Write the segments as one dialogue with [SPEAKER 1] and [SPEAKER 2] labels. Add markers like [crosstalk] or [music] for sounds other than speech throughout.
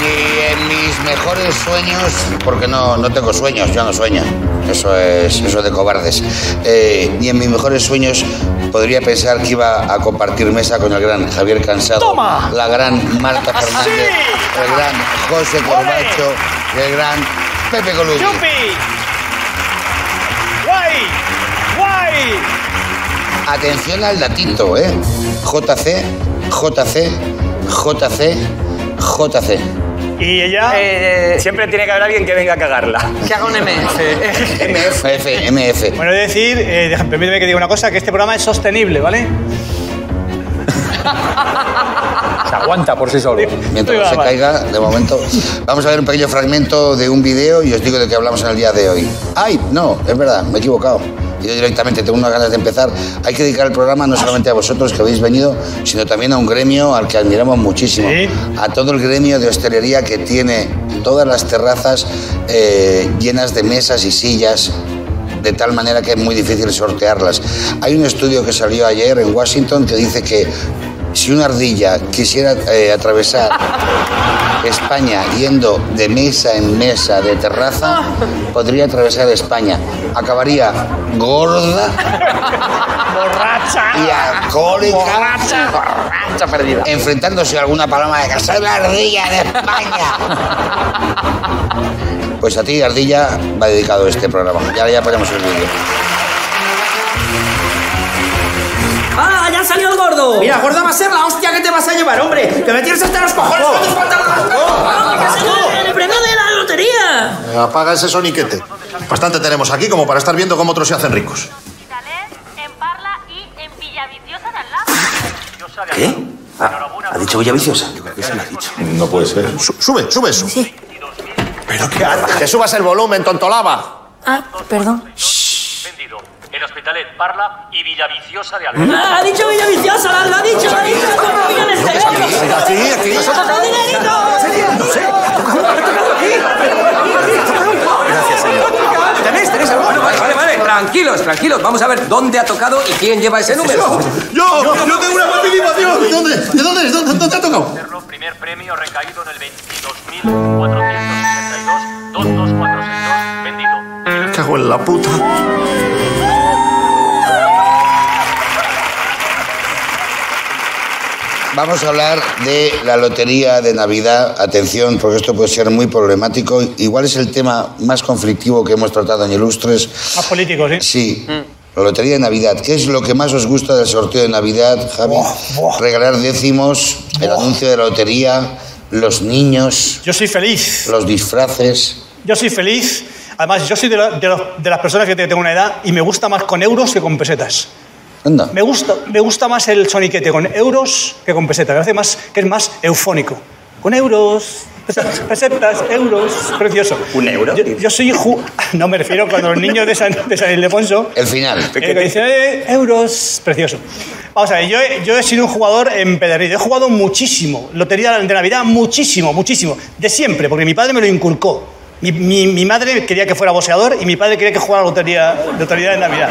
[SPEAKER 1] en mis mejores sueños, porque no, no tengo sueños, yo no sueño, eso es, eso es de cobardes, eh, ni en mis mejores sueños podría pensar que iba a compartir mesa con el gran Javier Cansado,
[SPEAKER 2] Toma.
[SPEAKER 1] la gran Marta Fernández,
[SPEAKER 2] Sí.
[SPEAKER 1] el gran José Corbacho, el gran Pepe Colucci.
[SPEAKER 2] ¡Yupi! ¡Guay! ¡Guay!
[SPEAKER 1] Atención al datito, ¿eh? JC, JC, JC, JC.
[SPEAKER 2] Y ella
[SPEAKER 3] Eh,
[SPEAKER 4] Siempre tiene que haber alguien que venga a cagarla.
[SPEAKER 3] que haga un M.
[SPEAKER 1] MF, MF.
[SPEAKER 2] Bueno, he de decir, eh, deja- permíteme que diga una cosa, que este programa es sostenible, ¿vale?
[SPEAKER 4] Se aguanta por sí solo.
[SPEAKER 1] Mientras no se
[SPEAKER 2] Vale.
[SPEAKER 1] caiga, de momento, vamos a ver un pequeño fragmento de un video y os digo de qué hablamos en el día de hoy. ¡Ay! No, es verdad, me he equivocado. Yo directamente tengo unas ganas de empezar. Hay que dedicar el programa no solamente a vosotros que habéis venido, sino también a un gremio al que admiramos muchísimo.
[SPEAKER 2] Sí.
[SPEAKER 1] A todo el gremio de hostelería que tiene todas las terrazas eh, llenas de mesas y sillas de tal manera que es muy difícil sortearlas. Hay un estudio que salió ayer en Washington que dice que si una ardilla quisiera eh, atravesar España yendo de mesa en mesa, de terraza, podría atravesar España. Acabaría gorda
[SPEAKER 2] ¡Borracha!
[SPEAKER 1] y alcohólica,
[SPEAKER 3] Borracha. Borracha perdida.
[SPEAKER 1] enfrentándose a alguna paloma de que soy la ardilla de España. Pues a ti, ardilla, va dedicado este programa. Ya, ya ponemos el vídeo.
[SPEAKER 5] ¡Ah, ya salió el gordo!
[SPEAKER 6] Mira, gorda va a ser la hostia que te vas a llevar, hombre. Que me tienes hasta los cojones con tus pantalones.
[SPEAKER 5] ¡Vamos, que se gana el premio de la lotería!
[SPEAKER 7] Apaga ese soniquete. Bastante tenemos aquí como para estar viendo cómo otros se hacen ricos.
[SPEAKER 8] hospitales en Parla y en Villaviciosa de Alhama.
[SPEAKER 6] ¿Qué? Ah, ¿Ha dicho Villa Viciosa?
[SPEAKER 7] No puede ser. sube, sube eso.
[SPEAKER 5] Sí.
[SPEAKER 7] ¿Pero qué haces? Que subas el volumen, tontolaba.
[SPEAKER 5] Ah, perdón.
[SPEAKER 9] Vendido. El hospitalet Parla y Villaviciosa de Alhama.
[SPEAKER 5] Ah, ha dicho Villa Viciosa, lo ha dicho, lo ha dicho. ¡Cuatro millones de euros!
[SPEAKER 7] Aquí, aquí.
[SPEAKER 5] ¡Otro dinerito!
[SPEAKER 6] No sé. ¿Tenéis, tenéis algo?
[SPEAKER 3] Vale, vale, vale. Tranquilos, tranquilos. Vamos a ver dónde ha tocado y quién lleva ese número.
[SPEAKER 7] Yo, yo tengo una participación. ¿De dónde? ¿De dónde? es? ¿Dónde, dónde ha tocado?
[SPEAKER 9] Hacerlo, Primer premio recaído en el 22.462. 22462. Vendido.
[SPEAKER 7] Cago en la puta.
[SPEAKER 1] Vamos a hablar de la lotería de Navidad. Atención, porque esto puede ser muy problemático. Igual es el tema más conflictivo que hemos tratado en Ilustres.
[SPEAKER 2] Más políticos, ¿eh?
[SPEAKER 1] Sí,
[SPEAKER 4] Mm.
[SPEAKER 1] la lotería de Navidad. ¿Qué es lo que más os gusta del sorteo de Navidad, Javi? Regalar décimos, el anuncio de la lotería, los niños,
[SPEAKER 2] Yo soy feliz.
[SPEAKER 1] los disfraces.
[SPEAKER 2] Yo soy feliz. Además, yo soy de, la- de los- de las personas que tengo una edad y me gusta más con euros que con pesetas.
[SPEAKER 1] Anda.
[SPEAKER 2] Me gusta, me gusta más el soniquete con euros que con pesetas. Me parece más, que es más eufónico. Con euros, pesetas, pesetas, euros. Precioso.
[SPEAKER 4] ¿Un euro?
[SPEAKER 2] Yo, yo soy... ju- [laughs] No, me refiero cuando los niños de San, de San Ildefonso...
[SPEAKER 1] El final. [laughs]
[SPEAKER 2] Eh, que dice, "Eh, euros, precioso. Vamos a ver, yo, he- yo he sido un jugador empedernido. He jugado muchísimo. Lotería de Navidad, muchísimo, muchísimo. De siempre, porque mi padre me lo inculcó. Mi, mi- mi madre quería que fuera boxeador y mi padre quería que jugara lotería, lotería de Navidad.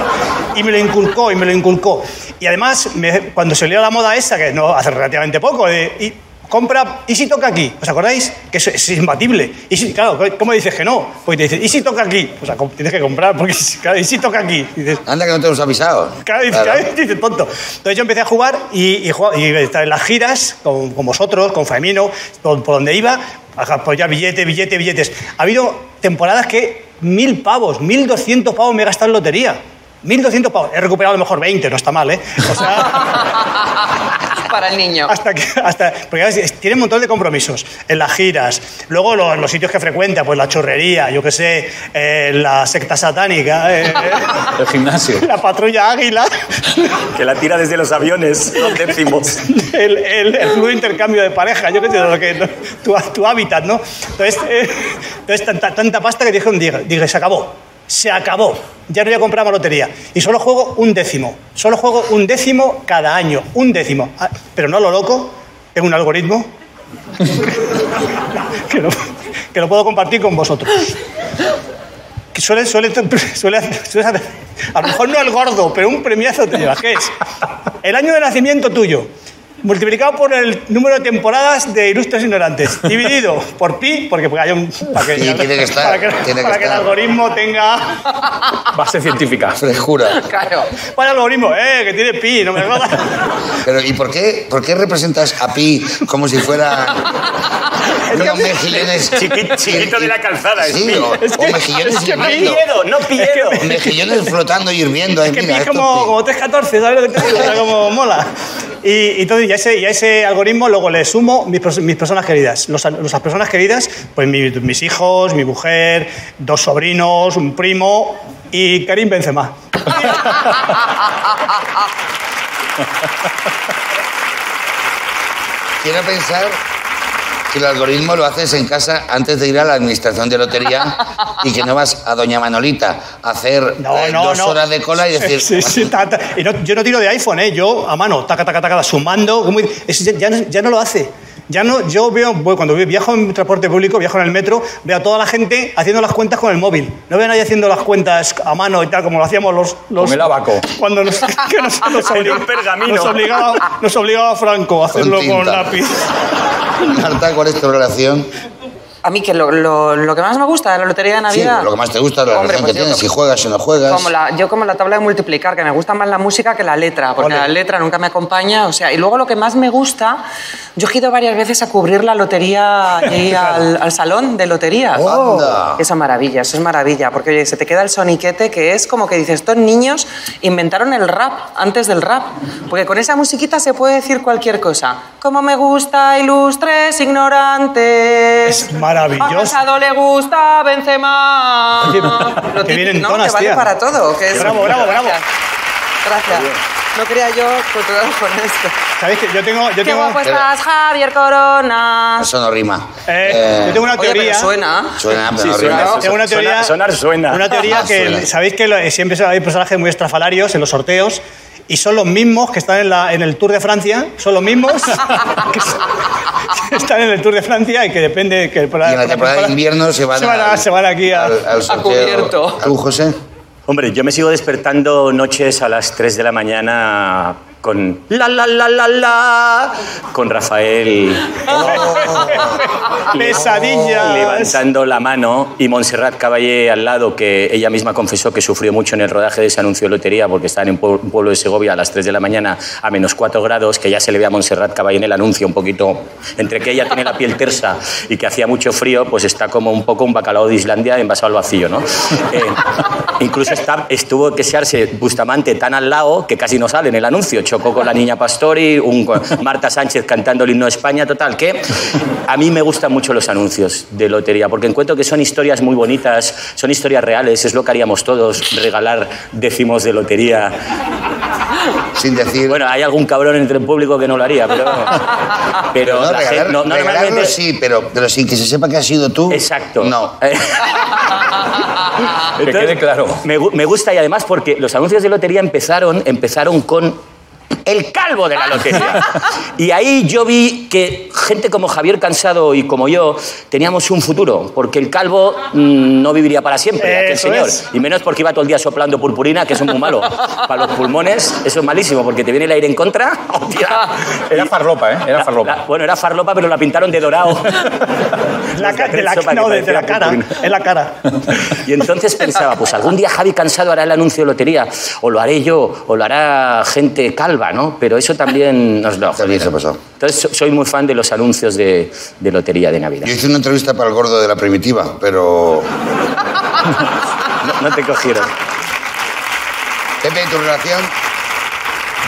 [SPEAKER 2] Y me lo inculcó, y me lo inculcó. Y además, me- cuando se la moda esa, que no hace relativamente poco, de, y- compra y si toca aquí, ¿os acordáis? Que eso es imbatible. Y si, claro, ¿cómo dices que no? Pues te dicen, ¿y si toca aquí? O sea, com- tienes que comprar, porque claro, ¿y si toca aquí? Y dices,
[SPEAKER 1] Anda que no te hemos avisado.
[SPEAKER 2] cada vez, cada
[SPEAKER 1] Claro.
[SPEAKER 2] vez dice tonto. Entonces yo empecé a jugar y, y, jugaba- y estaba en las giras con, con vosotros, con Faemino, por, por donde iba, ajá, pues ya billete, billete, billetes. Ha habido temporadas que mil pavos, mil doscientos pavos me he gastado en lotería. 1.200 pavos. He recuperado a lo mejor 20, no está mal, ¿eh? O sea,
[SPEAKER 3] [laughs] Para el niño.
[SPEAKER 2] hasta que hasta porque ¿sabes? tiene un montón de compromisos en las giras luego los, los sitios que frecuenta pues la chorrería yo qué sé eh, la secta satánica eh, [laughs]
[SPEAKER 4] El gimnasio.
[SPEAKER 2] la patrulla águila
[SPEAKER 4] Que la tira desde los aviones, los décimos.
[SPEAKER 2] el, el, el fluido intercambio de pareja yo qué sé lo que, tu, tu hábitat no entonces, eh, entonces tanta, tanta pasta que dije un día dije se acabó se acabó ya no voy a comprar más lotería y solo juego un décimo solo juego un décimo cada año un décimo Ah, pero no a lo loco tengo un algoritmo que lo, que lo puedo compartir con vosotros. Que suele, suele, suele, suele hacer- a lo mejor no el gordo, pero un premiazo te llevas. ¿Qué es? El año de nacimiento tuyo, multiplicado por el número de temporadas de Ilustres Ignorantes, dividido por pi, porque pues hay un... Para que,
[SPEAKER 1] Sí, tiene que estar,
[SPEAKER 2] para que-
[SPEAKER 1] tiene que
[SPEAKER 2] para que el
[SPEAKER 1] estar.
[SPEAKER 2] algoritmo tenga...
[SPEAKER 4] [laughs] Base científica.
[SPEAKER 1] Frescura.
[SPEAKER 3] Claro.
[SPEAKER 2] Para el algoritmo, eh, que tiene pi, no me jodas.
[SPEAKER 1] Pero, ¿y por qué, por qué representas a Pi como si
[SPEAKER 4] [laughs]
[SPEAKER 1] fuera unos mejillones?
[SPEAKER 4] Chiqui- chiquito de la calzada, es
[SPEAKER 1] Sí,
[SPEAKER 4] Pi.
[SPEAKER 1] o,
[SPEAKER 2] Es
[SPEAKER 1] o
[SPEAKER 2] que-
[SPEAKER 1] mejillones
[SPEAKER 2] es que Pi-
[SPEAKER 1] hirviendo.
[SPEAKER 4] Miedo, no pillero.
[SPEAKER 1] O mejillones flotando y hirviendo. Ay,
[SPEAKER 2] Que pi
[SPEAKER 1] mira,
[SPEAKER 2] es
[SPEAKER 1] esto
[SPEAKER 2] como,
[SPEAKER 1] Pi.
[SPEAKER 2] como 314, ¿sabes lo que te digo? O sea, como mola. Y, y entonces ya ese, ya ese algoritmo luego le sumo mis, pers- mis personas queridas. Los, los- las personas queridas, pues mi- mis hijos, mi mujer, dos sobrinos, un primo y Karim Benzema.
[SPEAKER 1] Quiero pensar que el algoritmo lo haces en casa antes de ir a la administración de lotería y que no vas a Doña Manolita a hacer
[SPEAKER 2] No,
[SPEAKER 1] eh,
[SPEAKER 2] no,
[SPEAKER 1] dos
[SPEAKER 2] no.
[SPEAKER 1] horas de cola y decir... "Pues,
[SPEAKER 2] Sí, sí, ta, ta. Y no- yo no tiro de iPhone, ¿eh? Yo a mano, taca, taca, taca, sumando. como- es- ya, ya no, ya no lo hace. Ya no, yo veo, voy- cuando viajo en transporte público, viajo en el metro, veo a toda la gente haciendo las cuentas con el móvil. No veo a nadie haciendo las cuentas a mano y tal, como lo hacíamos los... los
[SPEAKER 3] Con el abaco.
[SPEAKER 2] Cuando nos, [laughs] que nos, nos
[SPEAKER 4] Con
[SPEAKER 2] obli-
[SPEAKER 4] un pergamino.
[SPEAKER 2] Nos obligaba, nos obligaba Franco a hacerlo con,
[SPEAKER 1] tinta.
[SPEAKER 2] lápiz.
[SPEAKER 1] Marta, ¿cuál es tu relación?
[SPEAKER 10] A mí que lo, lo- lo que más me gusta de la lotería de
[SPEAKER 1] Sí,
[SPEAKER 10] Navidad...
[SPEAKER 1] lo que más te gusta, la
[SPEAKER 10] Hombre,
[SPEAKER 1] relación
[SPEAKER 10] pues
[SPEAKER 1] que
[SPEAKER 10] yo
[SPEAKER 1] tienes, si
[SPEAKER 10] como-
[SPEAKER 1] juegas o no juegas.
[SPEAKER 10] Como la, yo como la tabla de multiplicar, que me gusta más la música que la letra, porque
[SPEAKER 2] Ole.
[SPEAKER 10] la letra nunca me acompaña. O sea, y luego lo que más me gusta, yo he ido varias veces a cubrir la
[SPEAKER 2] [laughs]
[SPEAKER 10] lotería allí al, al salón de lotería.
[SPEAKER 1] Oh. Anda.
[SPEAKER 10] Eso es maravilla, eso es maravilla, porque oye, se te queda el soniquete que es como que dices, estos niños inventaron el rap antes del rap, porque con esa musiquita se puede decir cualquier cosa. Como me gusta ilustres ignorantes.
[SPEAKER 2] Es maravilloso.
[SPEAKER 10] A Casado le gusta Benzema.
[SPEAKER 2] Oye,
[SPEAKER 10] Lo
[SPEAKER 2] que vienen
[SPEAKER 10] típico, ¿no?
[SPEAKER 2] tonas,
[SPEAKER 10] Que vale
[SPEAKER 2] tía.
[SPEAKER 10] para todo. Que es-
[SPEAKER 2] Bravo, bravo, bravo.
[SPEAKER 10] Gracias. No quería yo continuar con esto.
[SPEAKER 2] ¿Sabéis que yo tengo... Yo
[SPEAKER 10] Qué
[SPEAKER 2] tengo
[SPEAKER 10] guapo estás, Javier Corona.
[SPEAKER 1] Eso no rima.
[SPEAKER 2] eh,
[SPEAKER 1] Eh,
[SPEAKER 2] yo tengo una
[SPEAKER 10] Oye,
[SPEAKER 2] teoría...
[SPEAKER 10] pero suena.
[SPEAKER 1] Suena, pero no
[SPEAKER 4] suena,
[SPEAKER 1] rima.
[SPEAKER 4] eso
[SPEAKER 2] Tengo una
[SPEAKER 4] suena-
[SPEAKER 2] teoría.
[SPEAKER 4] sonar suena.
[SPEAKER 2] Una [laughs] teoría que
[SPEAKER 1] Suena.
[SPEAKER 2] sabéis que lo- siempre hay personajes muy estrafalarios en los sorteos. Y son los mismos que están en, la- en el Tour de Francia, son los mismos [laughs] que, s- que están en el Tour de Francia y que depende que por
[SPEAKER 1] Y en la temporada de invierno se van,
[SPEAKER 2] se van, a-
[SPEAKER 1] al-
[SPEAKER 2] se van aquí a,
[SPEAKER 1] al, al sorteo.
[SPEAKER 10] cubierto.
[SPEAKER 1] ¿Tú, José?
[SPEAKER 4] Hombre, yo me sigo despertando noches a las 3 de la mañana con la la la la la con Rafael
[SPEAKER 2] pesadillas.
[SPEAKER 4] levantando la mano y Montserrat Caballé al lado que ella misma confesó que sufrió mucho en el rodaje de ese anuncio de lotería porque estaba en un pue- un pueblo de Segovia a las 3 de la mañana a menos 4 grados que ya se le ve a Montserrat Caballé en el anuncio un poquito entre que ella tiene la piel tersa y que hacía mucho frío pues está como un poco un bacalao de Islandia envasado al vacío ¿no? Eh, incluso está- estuvo que searse Bustamante tan al lado que casi no sale en el anuncio chocó con la niña Pastori un, con Marta Sánchez cantando el himno de España total que a mí me gustan mucho los anuncios de lotería, porque encuentro que son historias muy bonitas, son historias reales, es lo que haríamos todos, regalar décimos de lotería.
[SPEAKER 1] Sin decir...
[SPEAKER 4] Bueno, hay algún cabrón entre el público que no lo haría, pero... Pero
[SPEAKER 1] no,
[SPEAKER 4] la
[SPEAKER 1] regalar-
[SPEAKER 4] gente- no, no,
[SPEAKER 1] regalarlo
[SPEAKER 4] normalmente-
[SPEAKER 1] sí, pero, pero sí, que se sepa que has sido tú.
[SPEAKER 4] Exacto. [laughs]
[SPEAKER 1] No.
[SPEAKER 4] Eh,
[SPEAKER 3] Que quede claro.
[SPEAKER 4] me, gu- me gusta y además porque los anuncios de lotería empezaron, empezaron con... El calvo de la lotería. Y ahí yo vi que gente como Javier Cansado y como yo teníamos un futuro, porque el calvo mm, no viviría para siempre, aquel
[SPEAKER 2] Eso
[SPEAKER 4] señor.
[SPEAKER 2] es.
[SPEAKER 4] Y menos porque iba todo el día soplando purpurina, que eso es muy malo. Para los pulmones, eso es malísimo, porque te viene el aire en contra. [laughs] Hostia.
[SPEAKER 3] Era farlopa, ¿eh? Era
[SPEAKER 4] La-
[SPEAKER 3] farlopa.
[SPEAKER 4] bueno, era farlopa, pero la pintaron de dorado.
[SPEAKER 2] [laughs] La ca- de la,
[SPEAKER 4] Para que
[SPEAKER 2] no, de- de la
[SPEAKER 4] pareciera
[SPEAKER 2] cara,
[SPEAKER 4] purpurina.
[SPEAKER 2] en la cara.
[SPEAKER 4] Y entonces pensaba, pues algún día Javi cansado hará el anuncio de lotería, o lo haré yo, o lo hará gente calva, ¿no? Pero eso también nos lo
[SPEAKER 1] También se pasó.
[SPEAKER 4] Entonces so- soy muy fan de los anuncios de, de lotería de Navidad.
[SPEAKER 1] Yo hice una entrevista para el gordo de la primitiva, pero...
[SPEAKER 4] No, no te cogieron.
[SPEAKER 1] Pepe, ¿tu relación?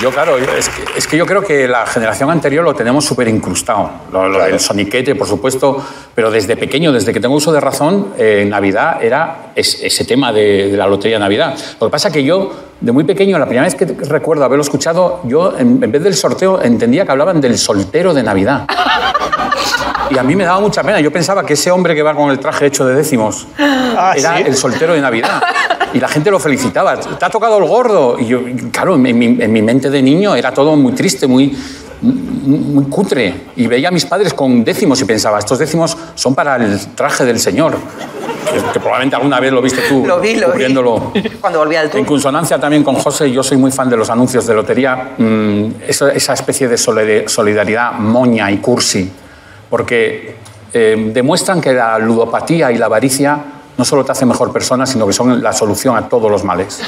[SPEAKER 3] Yo, claro, yo- es que, es que yo creo que la generación anterior lo tenemos súper incrustado. Lo, lo
[SPEAKER 1] Claro.
[SPEAKER 3] del soniquete, por supuesto, pero desde pequeño, desde que tengo uso de razón, eh, Navidad era es- ese tema de, de la lotería de Navidad. Lo que pasa que yo, de muy pequeño, la primera vez que recuerdo haberlo escuchado, yo, en, en vez del sorteo, entendía que hablaban del soltero de Navidad. Y a mí me daba mucha pena. Yo pensaba que ese hombre que va con el traje hecho de décimos
[SPEAKER 2] Ah,
[SPEAKER 3] era
[SPEAKER 2] ¿sí?
[SPEAKER 3] el soltero de Navidad. Y la gente lo felicitaba. Te ha tocado el gordo. Y yo, claro, en mi, en mi mente de niño era todo muy triste, muy, muy cutre. Y veía a mis padres con décimos y pensaba, estos décimos son para el traje del señor. que, que probablemente alguna vez lo viste tú
[SPEAKER 10] Lo vi, lo vi.
[SPEAKER 3] cubriéndolo.
[SPEAKER 10] Cuando volví al
[SPEAKER 3] En
[SPEAKER 10] tour.
[SPEAKER 3] consonancia también con José, yo soy muy fan de los anuncios de lotería, mm, eso- esa especie de solidar- solidaridad moña y cursi, porque eh, demuestran que la ludopatía y la avaricia no solo te hace mejor persona, sino que son la solución a todos los males.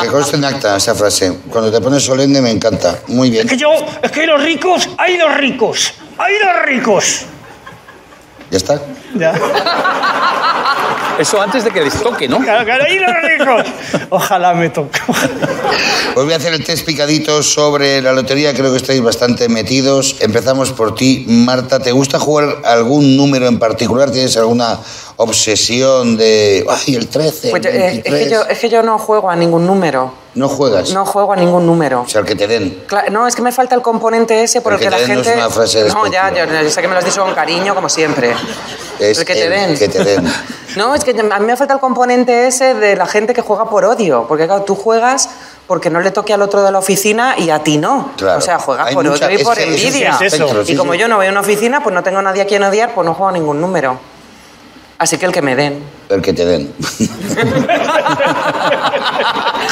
[SPEAKER 1] Que conste en acta esa frase. Cuando te pones solemne me encanta. Muy bien.
[SPEAKER 2] Es [laughs] que yo, es que los ricos, hay los ricos, hay los ricos.
[SPEAKER 1] ¿Ya está?
[SPEAKER 2] Ya.
[SPEAKER 3] Eso antes de que les toque, ¿no?
[SPEAKER 2] [laughs] Claro, claro, hay los ricos. Ojalá me toque.
[SPEAKER 1] Os voy a hacer el test picadito sobre la lotería. Creo que estáis bastante metidos. Empezamos por ti, Marta. ¿Te gusta jugar algún número en particular? ¿Tienes alguna obsesión de... Ay, el 13,
[SPEAKER 10] Pues yo-
[SPEAKER 1] el
[SPEAKER 10] eh, es,
[SPEAKER 1] 23?
[SPEAKER 10] que yo, es que yo no juego a ningún número.
[SPEAKER 1] No juegas.
[SPEAKER 10] No juego a ningún número.
[SPEAKER 1] O sea, el que te den.
[SPEAKER 10] Cla- no, es que me falta el componente ese por el
[SPEAKER 1] Porque
[SPEAKER 10] que la
[SPEAKER 1] te den no es
[SPEAKER 10] gente.
[SPEAKER 1] una frase
[SPEAKER 10] no, ya, yo,
[SPEAKER 1] despectiva.
[SPEAKER 10] yo sé que me lo has dicho con cariño, como siempre.
[SPEAKER 1] Es
[SPEAKER 10] el que te
[SPEAKER 1] el
[SPEAKER 10] den.
[SPEAKER 1] que te
[SPEAKER 10] [laughs]
[SPEAKER 1] den.
[SPEAKER 10] No, es que a mí me falta el componente ese de la gente que juega por odio. Porque, claro, tú juegas porque no le toque al otro de la oficina y a ti no.
[SPEAKER 1] Claro.
[SPEAKER 10] O sea, juegas
[SPEAKER 1] Hay
[SPEAKER 10] por
[SPEAKER 1] mucha-
[SPEAKER 10] odio y
[SPEAKER 1] es
[SPEAKER 10] por
[SPEAKER 1] que- es-
[SPEAKER 10] envidia.
[SPEAKER 2] es eso.
[SPEAKER 1] espectro, sí,
[SPEAKER 10] Y como
[SPEAKER 1] sí.
[SPEAKER 10] yo no voy a una oficina, pues no tengo a nadie a quien odiar, pues no juego a ningún número. Así que el que me den.
[SPEAKER 1] El que te
[SPEAKER 2] [laughs]
[SPEAKER 1] den.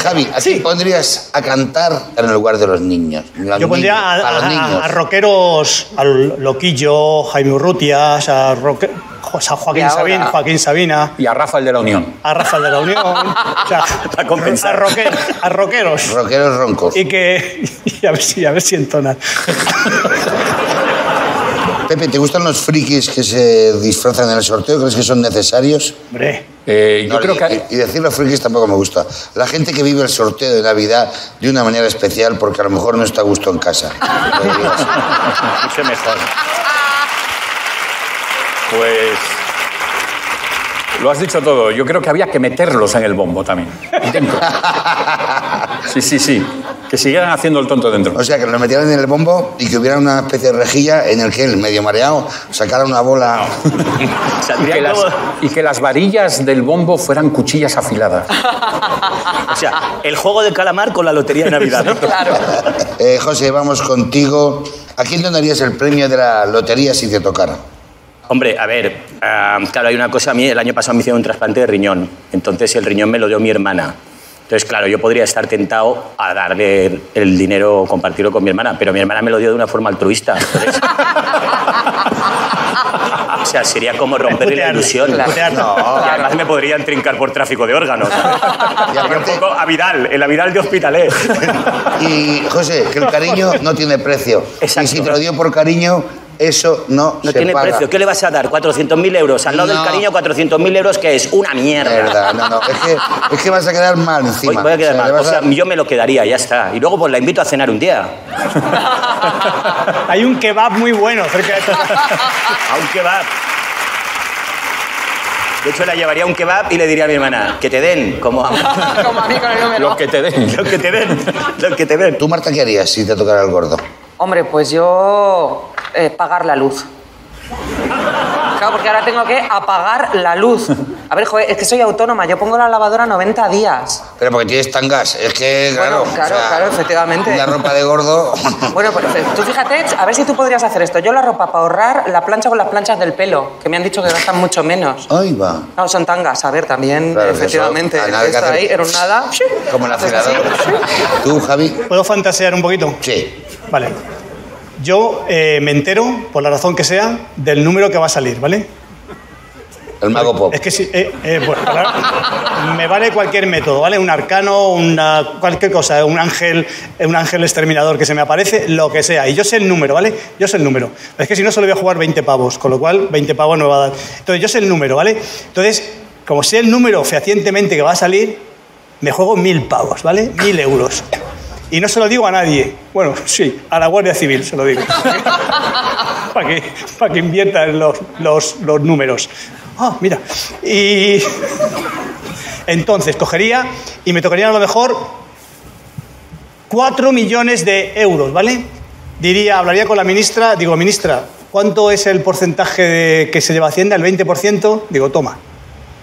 [SPEAKER 1] Javi, ¿a quién pondrías a cantar en el lugar de los niños? Los
[SPEAKER 2] Yo pondría
[SPEAKER 1] niños,
[SPEAKER 2] a,
[SPEAKER 1] para los
[SPEAKER 2] a-
[SPEAKER 1] niños.
[SPEAKER 2] a- a rockeros, a Loquillo, Jaime Urrutias, a, roque- jo- a
[SPEAKER 10] Y
[SPEAKER 2] Joaquín,
[SPEAKER 10] ahora-
[SPEAKER 2] Sabin- Joaquín Sabina,
[SPEAKER 3] Y a Rafa, el de la Unión.
[SPEAKER 2] a Rafael de la Unión, o sea,
[SPEAKER 4] Para compensar.
[SPEAKER 2] a, roque- a rockeros.
[SPEAKER 1] Rockeros roncos.
[SPEAKER 2] Y que. y a ver si, a ver si entonan.
[SPEAKER 1] Pepe, ¿te gustan los frikis que se disfrazan en el sorteo? ¿Crees que son necesarios?
[SPEAKER 2] Hombre.
[SPEAKER 3] Eh, yo
[SPEAKER 1] No,
[SPEAKER 3] creo
[SPEAKER 1] y,
[SPEAKER 3] que...
[SPEAKER 1] y decir los frikis tampoco me gusta. La gente que vive el sorteo de Navidad de una manera especial porque a lo mejor no está a gusto en
[SPEAKER 2] [laughs]
[SPEAKER 1] casa. Lo digo así.
[SPEAKER 4] Mucho mejor.
[SPEAKER 3] Pues. Lo has dicho todo. Yo creo que había que meterlos en el bombo también.
[SPEAKER 1] [laughs]
[SPEAKER 3] Dentro. Sí, sí, sí. Que siguieran haciendo el tonto dentro.
[SPEAKER 1] O sea, que lo metieran en el bombo y que hubiera una especie de rejilla en el que el medio mareado sacara una bola.
[SPEAKER 3] Y que,
[SPEAKER 4] Saldrían
[SPEAKER 3] las,
[SPEAKER 4] como-
[SPEAKER 3] y que las varillas del bombo fueran cuchillas afiladas.
[SPEAKER 4] O sea, el juego de calamar con la lotería de Navidad. ¿no?
[SPEAKER 2] [laughs]
[SPEAKER 1] Eh, José, vamos contigo. ¿A quién donarías el premio de la lotería si te tocara?
[SPEAKER 4] Hombre, a ver, ah, claro, hay una cosa. A mí el año pasado me hicieron un trasplante de riñón. Entonces el riñón me lo dio mi hermana. Entonces, claro, yo podría estar tentado a darle el- el dinero, compartirlo con mi hermana, pero mi hermana me lo dio de una forma altruista. Entonces- [laughs] o sea, sería como romperle la
[SPEAKER 2] Putearle,
[SPEAKER 4] ilusión.
[SPEAKER 2] putearle.
[SPEAKER 4] Y además me podrían trincar por tráfico
[SPEAKER 2] [laughs]
[SPEAKER 4] de órganos.
[SPEAKER 1] Y aparte-
[SPEAKER 4] Un poco a Vidal, el a Vidal de Hospitalet.
[SPEAKER 1] Y José, que el cariño no tiene precio.
[SPEAKER 4] Exacto.
[SPEAKER 1] Y si te lo dio por cariño, eso no,
[SPEAKER 4] No
[SPEAKER 1] se
[SPEAKER 4] tiene
[SPEAKER 1] paga.
[SPEAKER 4] precio. ¿Qué le vas a dar? 400.000 euros. Al lado
[SPEAKER 1] No.
[SPEAKER 4] del cariño, 400.000 euros, que es una mierda.
[SPEAKER 1] Mierda, no, no. Es que, es que vas a quedar mal
[SPEAKER 4] Voy,
[SPEAKER 1] encima.
[SPEAKER 4] voy a
[SPEAKER 1] O
[SPEAKER 4] quedar
[SPEAKER 1] sea,
[SPEAKER 4] mal.
[SPEAKER 1] le
[SPEAKER 4] O
[SPEAKER 1] vas
[SPEAKER 4] sea,
[SPEAKER 1] a-
[SPEAKER 4] yo me lo quedaría, ya está. Y luego pues la invito a cenar un día.
[SPEAKER 2] Hay un kebab muy bueno cerca de
[SPEAKER 4] A un kebab. De hecho, la llevaría a un kebab y le diría a mi hermana, que te den, como a-
[SPEAKER 10] Como a mí con el número.
[SPEAKER 3] Lo que te den.
[SPEAKER 4] [laughs] lo que te den, lo que te den.
[SPEAKER 1] ¿Tú, Marta, qué harías si te tocara el gordo?
[SPEAKER 10] Hombre, pues yo eh, pagar la luz. Claro, porque ahora tengo que apagar la luz. A ver, joder, es que soy autónoma, yo pongo la lavadora 90 días.
[SPEAKER 1] Pero porque tienes tangas. Es que, claro.
[SPEAKER 10] Bueno, claro, claro, efectivamente.
[SPEAKER 1] La ropa de
[SPEAKER 4] [laughs]
[SPEAKER 1] gordo.
[SPEAKER 10] Bueno, pues tú fíjate, a ver si tú podrías hacer esto. Yo la ropa para ahorrar, la plancha con las planchas del pelo, que me han dicho que gastan mucho menos.
[SPEAKER 1] Ahí va.
[SPEAKER 10] No, son tangas, a ver, también,
[SPEAKER 1] Claro, eso,
[SPEAKER 10] efectivamente.
[SPEAKER 1] a nada que
[SPEAKER 10] Esto
[SPEAKER 1] hacer.
[SPEAKER 10] ahí, era un nada. Pues
[SPEAKER 1] Como el
[SPEAKER 10] [laughs]
[SPEAKER 4] [laughs]
[SPEAKER 10] Haces así.
[SPEAKER 1] acelerador. ¿Tú, Javi?
[SPEAKER 2] ¿Puedo fantasear un poquito?
[SPEAKER 1] Sí.
[SPEAKER 2] Vale. Yo eh, me entero, por la razón que sea, del número que va a salir, ¿vale?
[SPEAKER 1] El mago pop.
[SPEAKER 2] Es que sí, eh, eh, bueno, claro, me vale cualquier método, ¿vale? Un arcano, una, cualquier cosa, un ángel, eh, un ángel exterminador que se me aparece, lo que sea. Y yo sé el número, ¿vale? Yo sé el número. Es que si no, solo voy a jugar 20 pavos, con lo cual 20 pavos no me va a dar. Entonces, yo sé el número, ¿vale? Entonces, como sé el número fehacientemente que va a salir, me juego mil pavos, ¿vale? Mil euros. Y no se lo digo a nadie. Bueno, sí, a la Guardia Civil se lo digo. para que, para que inviertan los, los, los números. Ah, mira. Y entonces cogería y me tocarían a lo mejor 4 millones de euros, ¿vale? Diría, hablaría con la ministra, digo, ministra, ¿cuánto es el porcentaje de- que se lleva Hacienda? ¿El 20%? Digo, toma,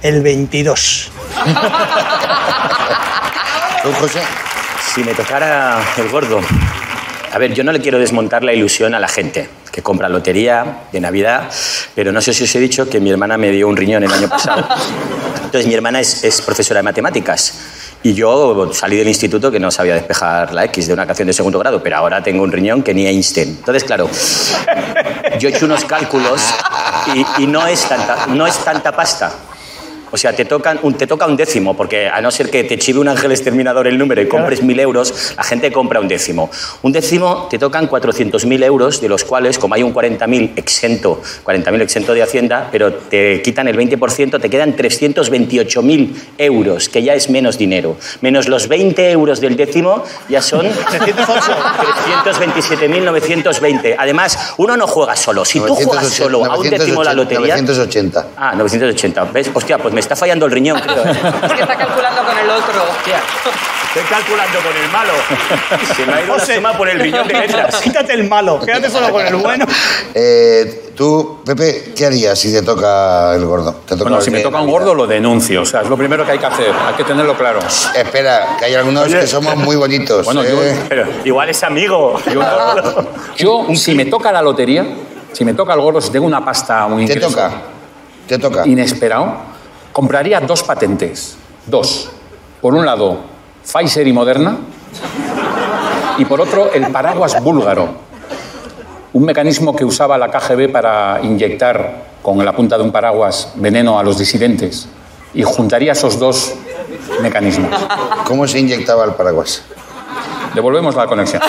[SPEAKER 2] el 22.
[SPEAKER 1] ¿Tú, José?
[SPEAKER 4] Si me tocara el gordo. A ver, yo no le quiero desmontar la ilusión a la gente que compra lotería de Navidad, Pero no sé si os he dicho que mi hermana me dio un riñón el año pasado. Entonces, mi hermana es, es profesora de matemáticas. Y yo salí del instituto que no sabía despejar la X de una canción de segundo grado, pero ahora tengo un riñón que ni Einstein. Entonces, claro, yo he hecho unos cálculos y, y no, es tanta, no es tanta pasta. O sea, te, tocan un, te toca un décimo, porque a no ser que te chive un ángel exterminador el número y compres mil euros, la gente compra un décimo. Un décimo te tocan 400.000 euros, de los cuales, como hay un 40.000 exento, 40.000 exento de Hacienda, pero te quitan el 20%, te quedan 328.000 euros, que ya es menos dinero. Menos los 20 euros del décimo, ya son 327.920. Además, uno no juega solo. Si tú juegas solo a un décimo la lotería...
[SPEAKER 1] 980.
[SPEAKER 4] Ah, 980. ¿Ves? Hostia, pues me está fallando el riñón, creo. ¿eh?
[SPEAKER 10] Es que está calculando con el otro.
[SPEAKER 4] [laughs] Estoy calculando con el malo. Se me ha ido la
[SPEAKER 2] José.
[SPEAKER 4] suma por el riñón de letras.
[SPEAKER 2] [laughs] Quítate el malo, quédate solo con el bueno.
[SPEAKER 1] [laughs] Eh, tú, Pepe, ¿qué harías si te toca el gordo? Te toca
[SPEAKER 3] Bueno,
[SPEAKER 1] el
[SPEAKER 3] si
[SPEAKER 1] de
[SPEAKER 3] me toca un
[SPEAKER 1] Navidad.
[SPEAKER 3] gordo lo denuncio, o sea, es lo primero que hay que hacer, hay que tenerlo claro.
[SPEAKER 1] Espera, que hay algunos
[SPEAKER 3] Oye.
[SPEAKER 1] que somos muy bonitos.
[SPEAKER 3] Bueno, yo-
[SPEAKER 1] ¿eh?
[SPEAKER 4] Pero igual es amigo.
[SPEAKER 3] Yo, si me toca la lotería, si me toca el gordo, si tengo una pasta, un
[SPEAKER 1] Te
[SPEAKER 3] ingreso
[SPEAKER 1] toca. Te toca.
[SPEAKER 3] inesperado, compraría dos patentes, dos. Por un lado, Pfizer y Moderna, y por otro, el paraguas búlgaro. Un mecanismo que usaba la KGB para inyectar con la punta de un paraguas veneno a los disidentes. Y juntaría esos dos mecanismos.
[SPEAKER 1] ¿Cómo se inyectaba el paraguas?
[SPEAKER 3] Devolvemos la conexión.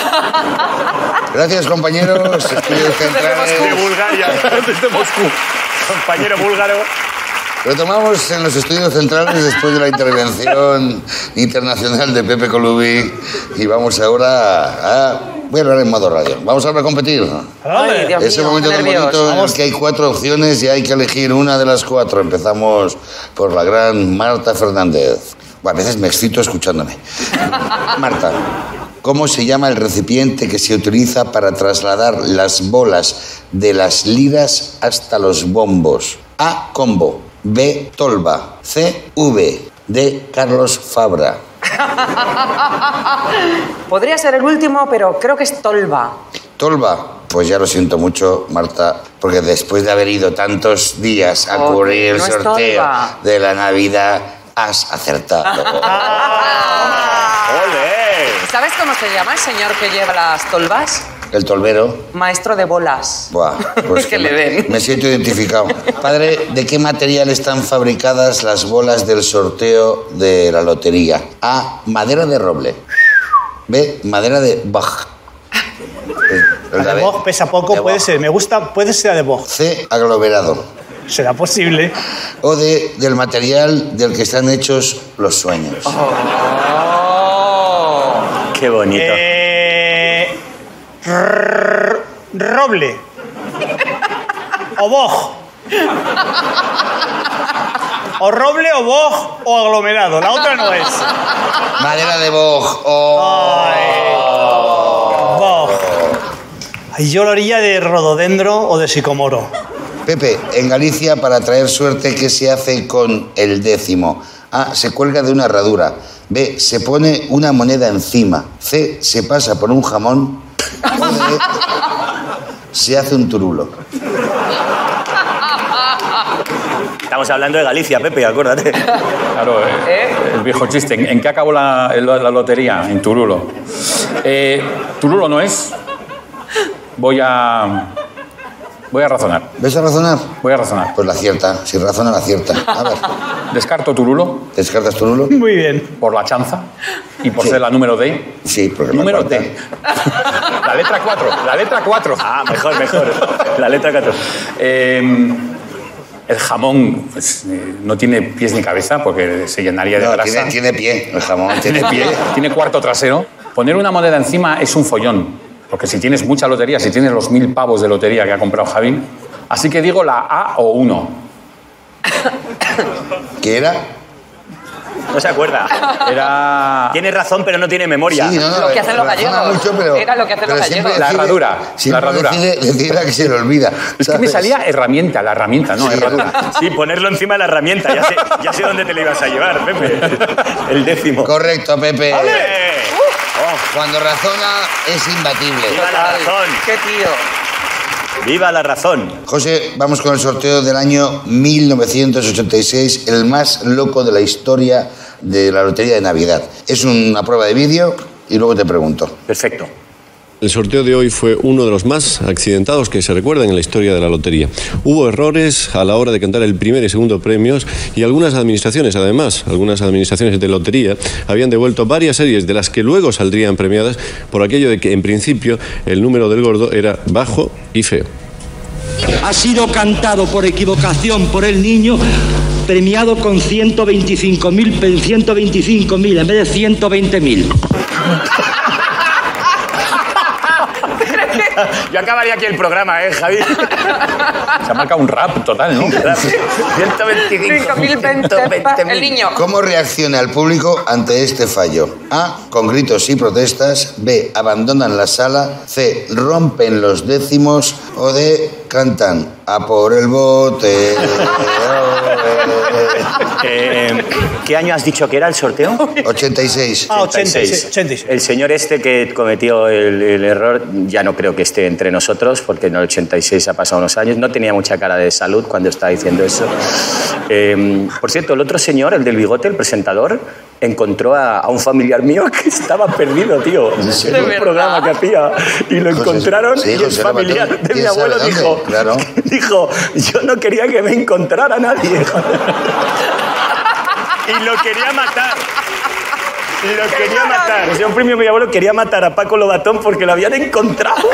[SPEAKER 4] [laughs]
[SPEAKER 1] Gracias, compañeros.
[SPEAKER 3] [laughs]
[SPEAKER 1] Estudios
[SPEAKER 4] De
[SPEAKER 1] centrales.
[SPEAKER 4] Bulgaria. Desde Moscú. Compañero búlgaro.
[SPEAKER 1] Retomamos en los estudios centrales después de la intervención internacional de Pepe Colubi. Y vamos ahora a. Voy a hablar en modo radio. Vamos ahora a competir.
[SPEAKER 10] Ay, Dios
[SPEAKER 1] Ese
[SPEAKER 10] mío,
[SPEAKER 1] momento
[SPEAKER 10] qué
[SPEAKER 1] tan
[SPEAKER 10] nervios.
[SPEAKER 1] bonito en el que hay cuatro opciones y hay que elegir una de las cuatro. Empezamos por la gran Marta Fernández. Bueno, a veces me excito
[SPEAKER 10] [laughs]
[SPEAKER 1] escuchándome. Marta, ¿cómo se llama el recipiente que se utiliza para trasladar las bolas de las liras hasta los bombos? A. Combo. B. Tolva. C. V. D. Carlos Fabra.
[SPEAKER 10] Podría ser el último, pero creo que es Tolva.
[SPEAKER 1] Tolva, pues ya lo siento mucho, Marta, porque después de haber ido tantos días a
[SPEAKER 10] Oh,
[SPEAKER 1] cubrir el
[SPEAKER 10] no es
[SPEAKER 1] sorteo
[SPEAKER 10] Tolva.
[SPEAKER 1] de la Navidad, has
[SPEAKER 10] [laughs]
[SPEAKER 1] acertado.
[SPEAKER 4] ¡Ole!
[SPEAKER 10] ¿Sabes cómo se llama el señor que lleva las tolvas?
[SPEAKER 1] El tolvero.
[SPEAKER 10] Maestro de bolas.
[SPEAKER 1] Buah, pues
[SPEAKER 10] [laughs] Que
[SPEAKER 1] me-
[SPEAKER 10] le den.
[SPEAKER 1] Me siento identificado. Padre, ¿de qué material están fabricadas las bolas del sorteo de la lotería? A. Madera de roble. B. Madera de Bach.
[SPEAKER 2] La de Bog pesa poco,
[SPEAKER 1] De
[SPEAKER 2] puede
[SPEAKER 1] Boj.
[SPEAKER 2] ser. Me gusta, puede ser la de Bog.
[SPEAKER 1] C. Aglomerado.
[SPEAKER 2] Será posible.
[SPEAKER 1] o de, del material del que están hechos los sueños.
[SPEAKER 4] Qué bonito.
[SPEAKER 2] Eh, rrr, roble. O Bog. O roble, o Bog, o aglomerado. La otra no es.
[SPEAKER 1] Madera de boj. Oh.
[SPEAKER 2] Bog. Ay, Yo la orilla de rododendro o de sicomoro.
[SPEAKER 1] Pepe, en Galicia para traer suerte, ¿qué se hace con el décimo? A, se cuelga de una herradura. B, se pone una moneda encima. C, se pasa por un jamón. O D, se hace un turulo.
[SPEAKER 4] Estamos hablando de Galicia, Pepe, acuérdate.
[SPEAKER 3] Claro, eh, el viejo chiste. ¿En, en qué acabó la, la- la lotería? En Turulo. Eh, Turulo no es. Voy a. Voy a razonar.
[SPEAKER 1] ¿Ves a razonar?
[SPEAKER 3] Voy a razonar.
[SPEAKER 1] Pues la cierta. Si razona, la cierta. A ver,
[SPEAKER 3] Descarto Turulo
[SPEAKER 1] ¿descartas turulo?
[SPEAKER 2] Muy bien.
[SPEAKER 3] por la chanza y por
[SPEAKER 1] Sí.
[SPEAKER 3] ser la número D.
[SPEAKER 1] Sí, porque la
[SPEAKER 3] Número
[SPEAKER 1] cuarta-
[SPEAKER 3] D. La letra 4. La letra 4.
[SPEAKER 4] Ah, mejor, mejor. La letra 14.
[SPEAKER 3] Em, el jamón pues, eh, no tiene pies ni cabeza porque se llenaría de
[SPEAKER 1] No,
[SPEAKER 3] grasa.
[SPEAKER 1] tiene, tiene pie. El jamón tiene
[SPEAKER 3] [laughs] tiene pie,
[SPEAKER 1] pie.
[SPEAKER 3] tiene cuarto trasero. Poner una moneda encima es un follón. Porque si tienes mucha lotería, si tienes los mil pavos de lotería que ha comprado Javi. Así que digo la A o 1.
[SPEAKER 1] ¿Qué era?
[SPEAKER 4] No se acuerda.
[SPEAKER 3] Era.
[SPEAKER 4] Tiene razón, pero no tiene memoria.
[SPEAKER 1] Sí, no, no,
[SPEAKER 10] Lo que hacen los
[SPEAKER 1] razona
[SPEAKER 10] gallegos.
[SPEAKER 1] Mucho, pero,
[SPEAKER 10] Era lo que hacen
[SPEAKER 1] pero
[SPEAKER 10] los
[SPEAKER 1] siempre
[SPEAKER 10] gallegos.
[SPEAKER 3] La
[SPEAKER 1] decide-
[SPEAKER 3] herradura, la
[SPEAKER 1] siempre
[SPEAKER 3] herradura.
[SPEAKER 1] Decide, decide la que se le olvida.
[SPEAKER 3] Es que me
[SPEAKER 1] ¿sabes?
[SPEAKER 3] salía herramienta, la herramienta, no,
[SPEAKER 1] Sí.
[SPEAKER 3] herradura.
[SPEAKER 4] Sí, ponerlo encima de la herramienta. Ya sé, ya sé dónde te lo ibas a llevar, Pepe. El décimo.
[SPEAKER 1] Correcto, Pepe.
[SPEAKER 4] ¡Ole!
[SPEAKER 1] Cuando razona es imbatible.
[SPEAKER 4] Lleva la razón.
[SPEAKER 10] ¡Qué tío!
[SPEAKER 4] ¡Viva la razón!
[SPEAKER 1] José, vamos con el sorteo del año 1986, el más loco de la historia de la Lotería de Navidad. Es una prueba de vídeo y luego te pregunto.
[SPEAKER 4] Perfecto.
[SPEAKER 11] El sorteo de hoy fue uno de los más accidentados que se recuerdan en la historia de la lotería. Hubo errores a la hora de cantar el primer y segundo premios y algunas administraciones, además, algunas administraciones de lotería habían devuelto varias series de las que luego saldrían premiadas por aquello de que en principio el número del gordo era bajo y feo.
[SPEAKER 12] Ha sido cantado por equivocación por el niño premiado con 125.000 pe- 125.000 en vez de 120.000.
[SPEAKER 4] Yo acabaría aquí el programa, ¿eh, Javi?
[SPEAKER 3] Se ha marcado un rap total, ¿no?
[SPEAKER 4] 125.
[SPEAKER 10] 5.020
[SPEAKER 1] [laughs]
[SPEAKER 10] el niño.
[SPEAKER 1] ¿Cómo reacciona el público ante este fallo? A. Con gritos y protestas. B. Abandonan la sala. C. Rompen los décimos. O D. Cantan a por el bote.
[SPEAKER 4] [laughs] Eh, ¿Qué año has dicho que era el sorteo?
[SPEAKER 1] 86.
[SPEAKER 2] Ah, 86. 86.
[SPEAKER 4] El señor este que cometió el, el error ya no creo que esté entre nosotros porque en el 86 ha pasado unos años. No tenía mucha cara de salud cuando estaba diciendo eso. Eh, por cierto, el otro señor, el del bigote, el presentador, encontró a, a un familiar mío [laughs] que estaba perdido, tío. En un
[SPEAKER 10] verdad?
[SPEAKER 4] programa que hacía. Y lo
[SPEAKER 1] José-
[SPEAKER 4] encontraron
[SPEAKER 1] sí,
[SPEAKER 4] y el
[SPEAKER 1] José
[SPEAKER 4] familiar
[SPEAKER 1] Lobato,
[SPEAKER 4] de mi
[SPEAKER 1] ¿quién sabe
[SPEAKER 4] abuelo
[SPEAKER 1] dónde?
[SPEAKER 4] dijo,
[SPEAKER 1] Claro.
[SPEAKER 4] [laughs] dijo, yo no quería que me encontrara nadie. [laughs] y lo quería matar. Y lo quería matar. O sea, un Pues premio mi abuelo quería matar a Paco Lobatón porque lo habían encontrado.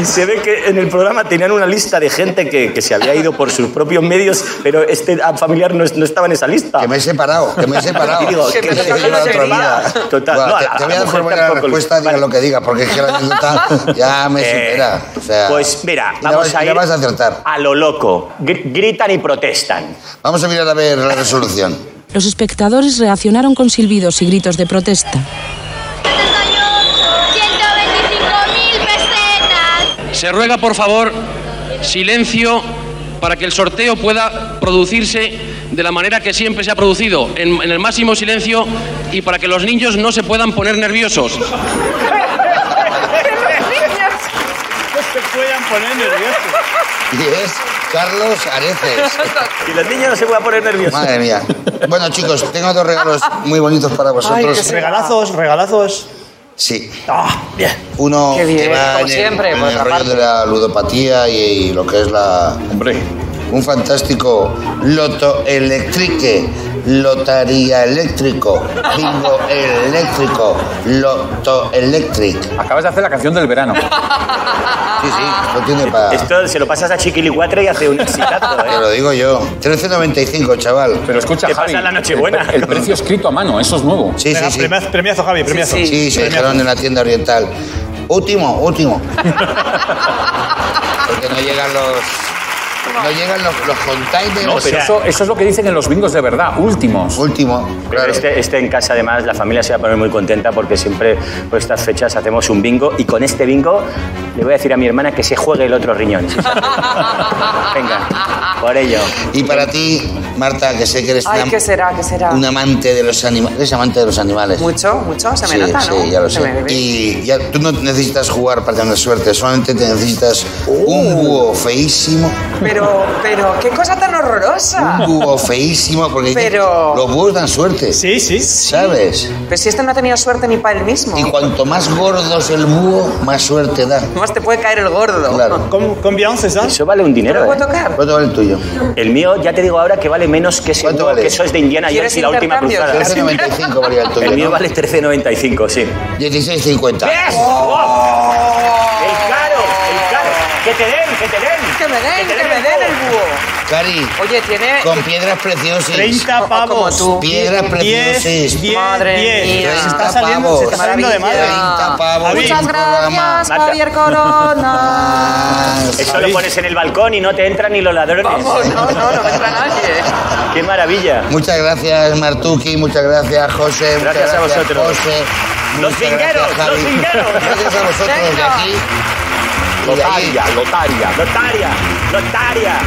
[SPEAKER 4] Y se ve que en el programa tenían una lista de gente que, que se había ido por sus propios medios, pero este ah, familiar no, es- no estaba en esa lista.
[SPEAKER 1] Que me he separado, que me he separado.
[SPEAKER 4] Y digo, que
[SPEAKER 1] he
[SPEAKER 4] me
[SPEAKER 1] vivido
[SPEAKER 4] sacan la lotería. Total,
[SPEAKER 1] Bueno,
[SPEAKER 4] no, a
[SPEAKER 1] te,
[SPEAKER 4] la-
[SPEAKER 1] te voy
[SPEAKER 4] a
[SPEAKER 1] a dejar
[SPEAKER 4] la mujer
[SPEAKER 1] buena la
[SPEAKER 4] tampoco le-
[SPEAKER 1] respuesta, diga
[SPEAKER 4] Vale.
[SPEAKER 1] lo que diga, porque es que la anécdota ya me
[SPEAKER 4] Eh,
[SPEAKER 1] supera. O sea,
[SPEAKER 4] pues mira,
[SPEAKER 1] y la
[SPEAKER 4] vamos
[SPEAKER 1] vas-
[SPEAKER 4] a
[SPEAKER 1] y
[SPEAKER 4] ir
[SPEAKER 1] la vas a acertar.
[SPEAKER 4] a lo loco. Gr- gritan y protestan.
[SPEAKER 1] Vamos a mirar a ver la resolución.
[SPEAKER 13] Los espectadores reaccionaron con silbidos y gritos de protesta.
[SPEAKER 8] 125.000 pesetas.
[SPEAKER 12] Se ruega, por favor, silencio para que el sorteo pueda producirse de la manera que siempre se ha producido, en, en el máximo silencio y para que los niños no se puedan poner nerviosos.
[SPEAKER 2] No se puedan poner nerviosos.
[SPEAKER 1] Y es Carlos Areces.
[SPEAKER 4] Y los niños no se pueden poner nerviosos.
[SPEAKER 1] Madre mía. Bueno, chicos, tengo dos regalos muy bonitos para
[SPEAKER 10] que
[SPEAKER 1] vosotros.
[SPEAKER 10] se-
[SPEAKER 2] Regalazos, regalazos.
[SPEAKER 1] Sí.
[SPEAKER 2] Ah, bien.
[SPEAKER 1] Uno
[SPEAKER 10] Qué bien,
[SPEAKER 1] que va
[SPEAKER 10] como
[SPEAKER 1] en el-
[SPEAKER 10] siempre,
[SPEAKER 1] en
[SPEAKER 10] por
[SPEAKER 1] el
[SPEAKER 10] otra
[SPEAKER 1] rollo
[SPEAKER 10] parte.
[SPEAKER 1] de la ludopatía y, y lo que es la
[SPEAKER 3] Hombre,
[SPEAKER 1] un fantástico loto electrique, lotaría eléctrico, bingo eléctrico, loto electric.
[SPEAKER 3] acabas de hacer la canción del verano.
[SPEAKER 1] Sí, sí, lo tiene para...
[SPEAKER 4] Esto se lo pasas a Chiquilicuatre y
[SPEAKER 1] [laughs]
[SPEAKER 4] hace un exitazo,
[SPEAKER 1] Te
[SPEAKER 4] ¿eh?
[SPEAKER 1] lo digo yo. 13.95, chaval.
[SPEAKER 3] Pero escucha,
[SPEAKER 4] ¿Qué pasa
[SPEAKER 3] Javi.
[SPEAKER 4] en la Nochebuena?
[SPEAKER 3] El, el precio escrito a mano, eso es nuevo.
[SPEAKER 1] Sí, sí,
[SPEAKER 2] Venga,
[SPEAKER 1] sí.
[SPEAKER 2] Premiazo, premiazo, Javi, premiazo.
[SPEAKER 10] sí.
[SPEAKER 1] Sí, se
[SPEAKER 2] Premiazo.
[SPEAKER 1] dijeron en la tienda oriental. Último, último. Porque no llegan los... No llegan los, los containers.
[SPEAKER 3] No, pero eso, eso es lo que dicen en los bingos de verdad, últimos.
[SPEAKER 1] Último,
[SPEAKER 4] Pero
[SPEAKER 1] claro.
[SPEAKER 4] este, este en casa, además, la familia se va a poner muy contenta porque siempre por estas fechas hacemos un bingo y con este bingo le voy a decir a mi hermana que se juegue el otro riñón.
[SPEAKER 10] [laughs]
[SPEAKER 4] Venga, por ello.
[SPEAKER 1] Y para ti, Marta, que sé que eres
[SPEAKER 10] Ay,
[SPEAKER 1] una,
[SPEAKER 10] ¿qué será? ¿Qué será?
[SPEAKER 1] un amante de los animales. Eres amante de los animales.
[SPEAKER 10] Mucho, mucho, se me
[SPEAKER 1] sí,
[SPEAKER 10] nota,
[SPEAKER 1] sí,
[SPEAKER 10] ¿no?
[SPEAKER 1] ya lo
[SPEAKER 10] Se me
[SPEAKER 1] sé.
[SPEAKER 10] ve.
[SPEAKER 1] Y ya, tú no necesitas jugar para tener suerte, solamente te necesitas
[SPEAKER 10] Oh.
[SPEAKER 1] un búho feísimo.
[SPEAKER 10] Pero, pero, qué cosa tan
[SPEAKER 1] Un
[SPEAKER 10] horrorosa.
[SPEAKER 1] búho feísimo, porque
[SPEAKER 10] Pero-
[SPEAKER 1] los búhos dan suerte.
[SPEAKER 2] Sí, sí.
[SPEAKER 1] ¿Sabes?
[SPEAKER 10] Pero si este no ha tenido suerte ni para él mismo.
[SPEAKER 1] Y cuanto más gordo es el búho, más suerte da.
[SPEAKER 10] Más te este puede caer el gordo.
[SPEAKER 1] Claro. Pues
[SPEAKER 2] Con, con Beyoncé, ¿sabes?
[SPEAKER 4] Eso vale un
[SPEAKER 10] ¿Te lo
[SPEAKER 4] dinero,
[SPEAKER 10] puedo
[SPEAKER 4] ¿eh?
[SPEAKER 10] tocar?
[SPEAKER 1] ¿Cuánto vale el tuyo?
[SPEAKER 4] El mío, ya te digo ahora que vale menos que ese
[SPEAKER 1] ¿Cuánto
[SPEAKER 4] uno
[SPEAKER 1] vale?
[SPEAKER 4] que eso es de Indiana
[SPEAKER 10] ¿Quieres
[SPEAKER 4] Jones y la última
[SPEAKER 10] intercambios?
[SPEAKER 4] cruzada.
[SPEAKER 1] 13.95 valía el tuyo.
[SPEAKER 4] El mío
[SPEAKER 1] ¿no?
[SPEAKER 4] vale 13.95, sí.
[SPEAKER 1] 16.50.
[SPEAKER 4] ¡Ves! ¡El caro! ¡El caro! ¡Que te den! ¡Que te den!
[SPEAKER 10] Que me den, que me den el búho.
[SPEAKER 1] Cari,
[SPEAKER 10] Oye, tiene...
[SPEAKER 1] con piedras preciosas.
[SPEAKER 2] 30
[SPEAKER 10] como
[SPEAKER 2] pavos.
[SPEAKER 10] tú.
[SPEAKER 1] Piedras preciosas.
[SPEAKER 2] 10, 10,
[SPEAKER 10] Madre
[SPEAKER 2] 10.
[SPEAKER 10] mía.
[SPEAKER 2] Se
[SPEAKER 1] 30
[SPEAKER 2] está saliendo,
[SPEAKER 1] pavos.
[SPEAKER 2] se está saliendo de madre.
[SPEAKER 10] Maravilla.
[SPEAKER 1] 30 pavos.
[SPEAKER 2] Javi.
[SPEAKER 10] Muchas
[SPEAKER 1] Un programa.
[SPEAKER 10] gracias, Javier
[SPEAKER 1] [laughs]
[SPEAKER 10] Corona.
[SPEAKER 4] Eso lo pones en el balcón y no te entran ni los ladrones.
[SPEAKER 10] Vamos, no, no, no me entra nadie.
[SPEAKER 4] ¡Qué maravilla!
[SPEAKER 1] Muchas gracias, Martuki. Muchas gracias, José. muchas
[SPEAKER 4] Gracias a vosotros.
[SPEAKER 1] José.
[SPEAKER 4] Los
[SPEAKER 1] muchas
[SPEAKER 4] vingueros,
[SPEAKER 1] gracias, Javi.
[SPEAKER 4] los vingueros.
[SPEAKER 1] Gracias a vosotros de
[SPEAKER 10] Venga.
[SPEAKER 1] aquí. y de allí.
[SPEAKER 4] Lotaria, lotaria, lotaria, lotaria.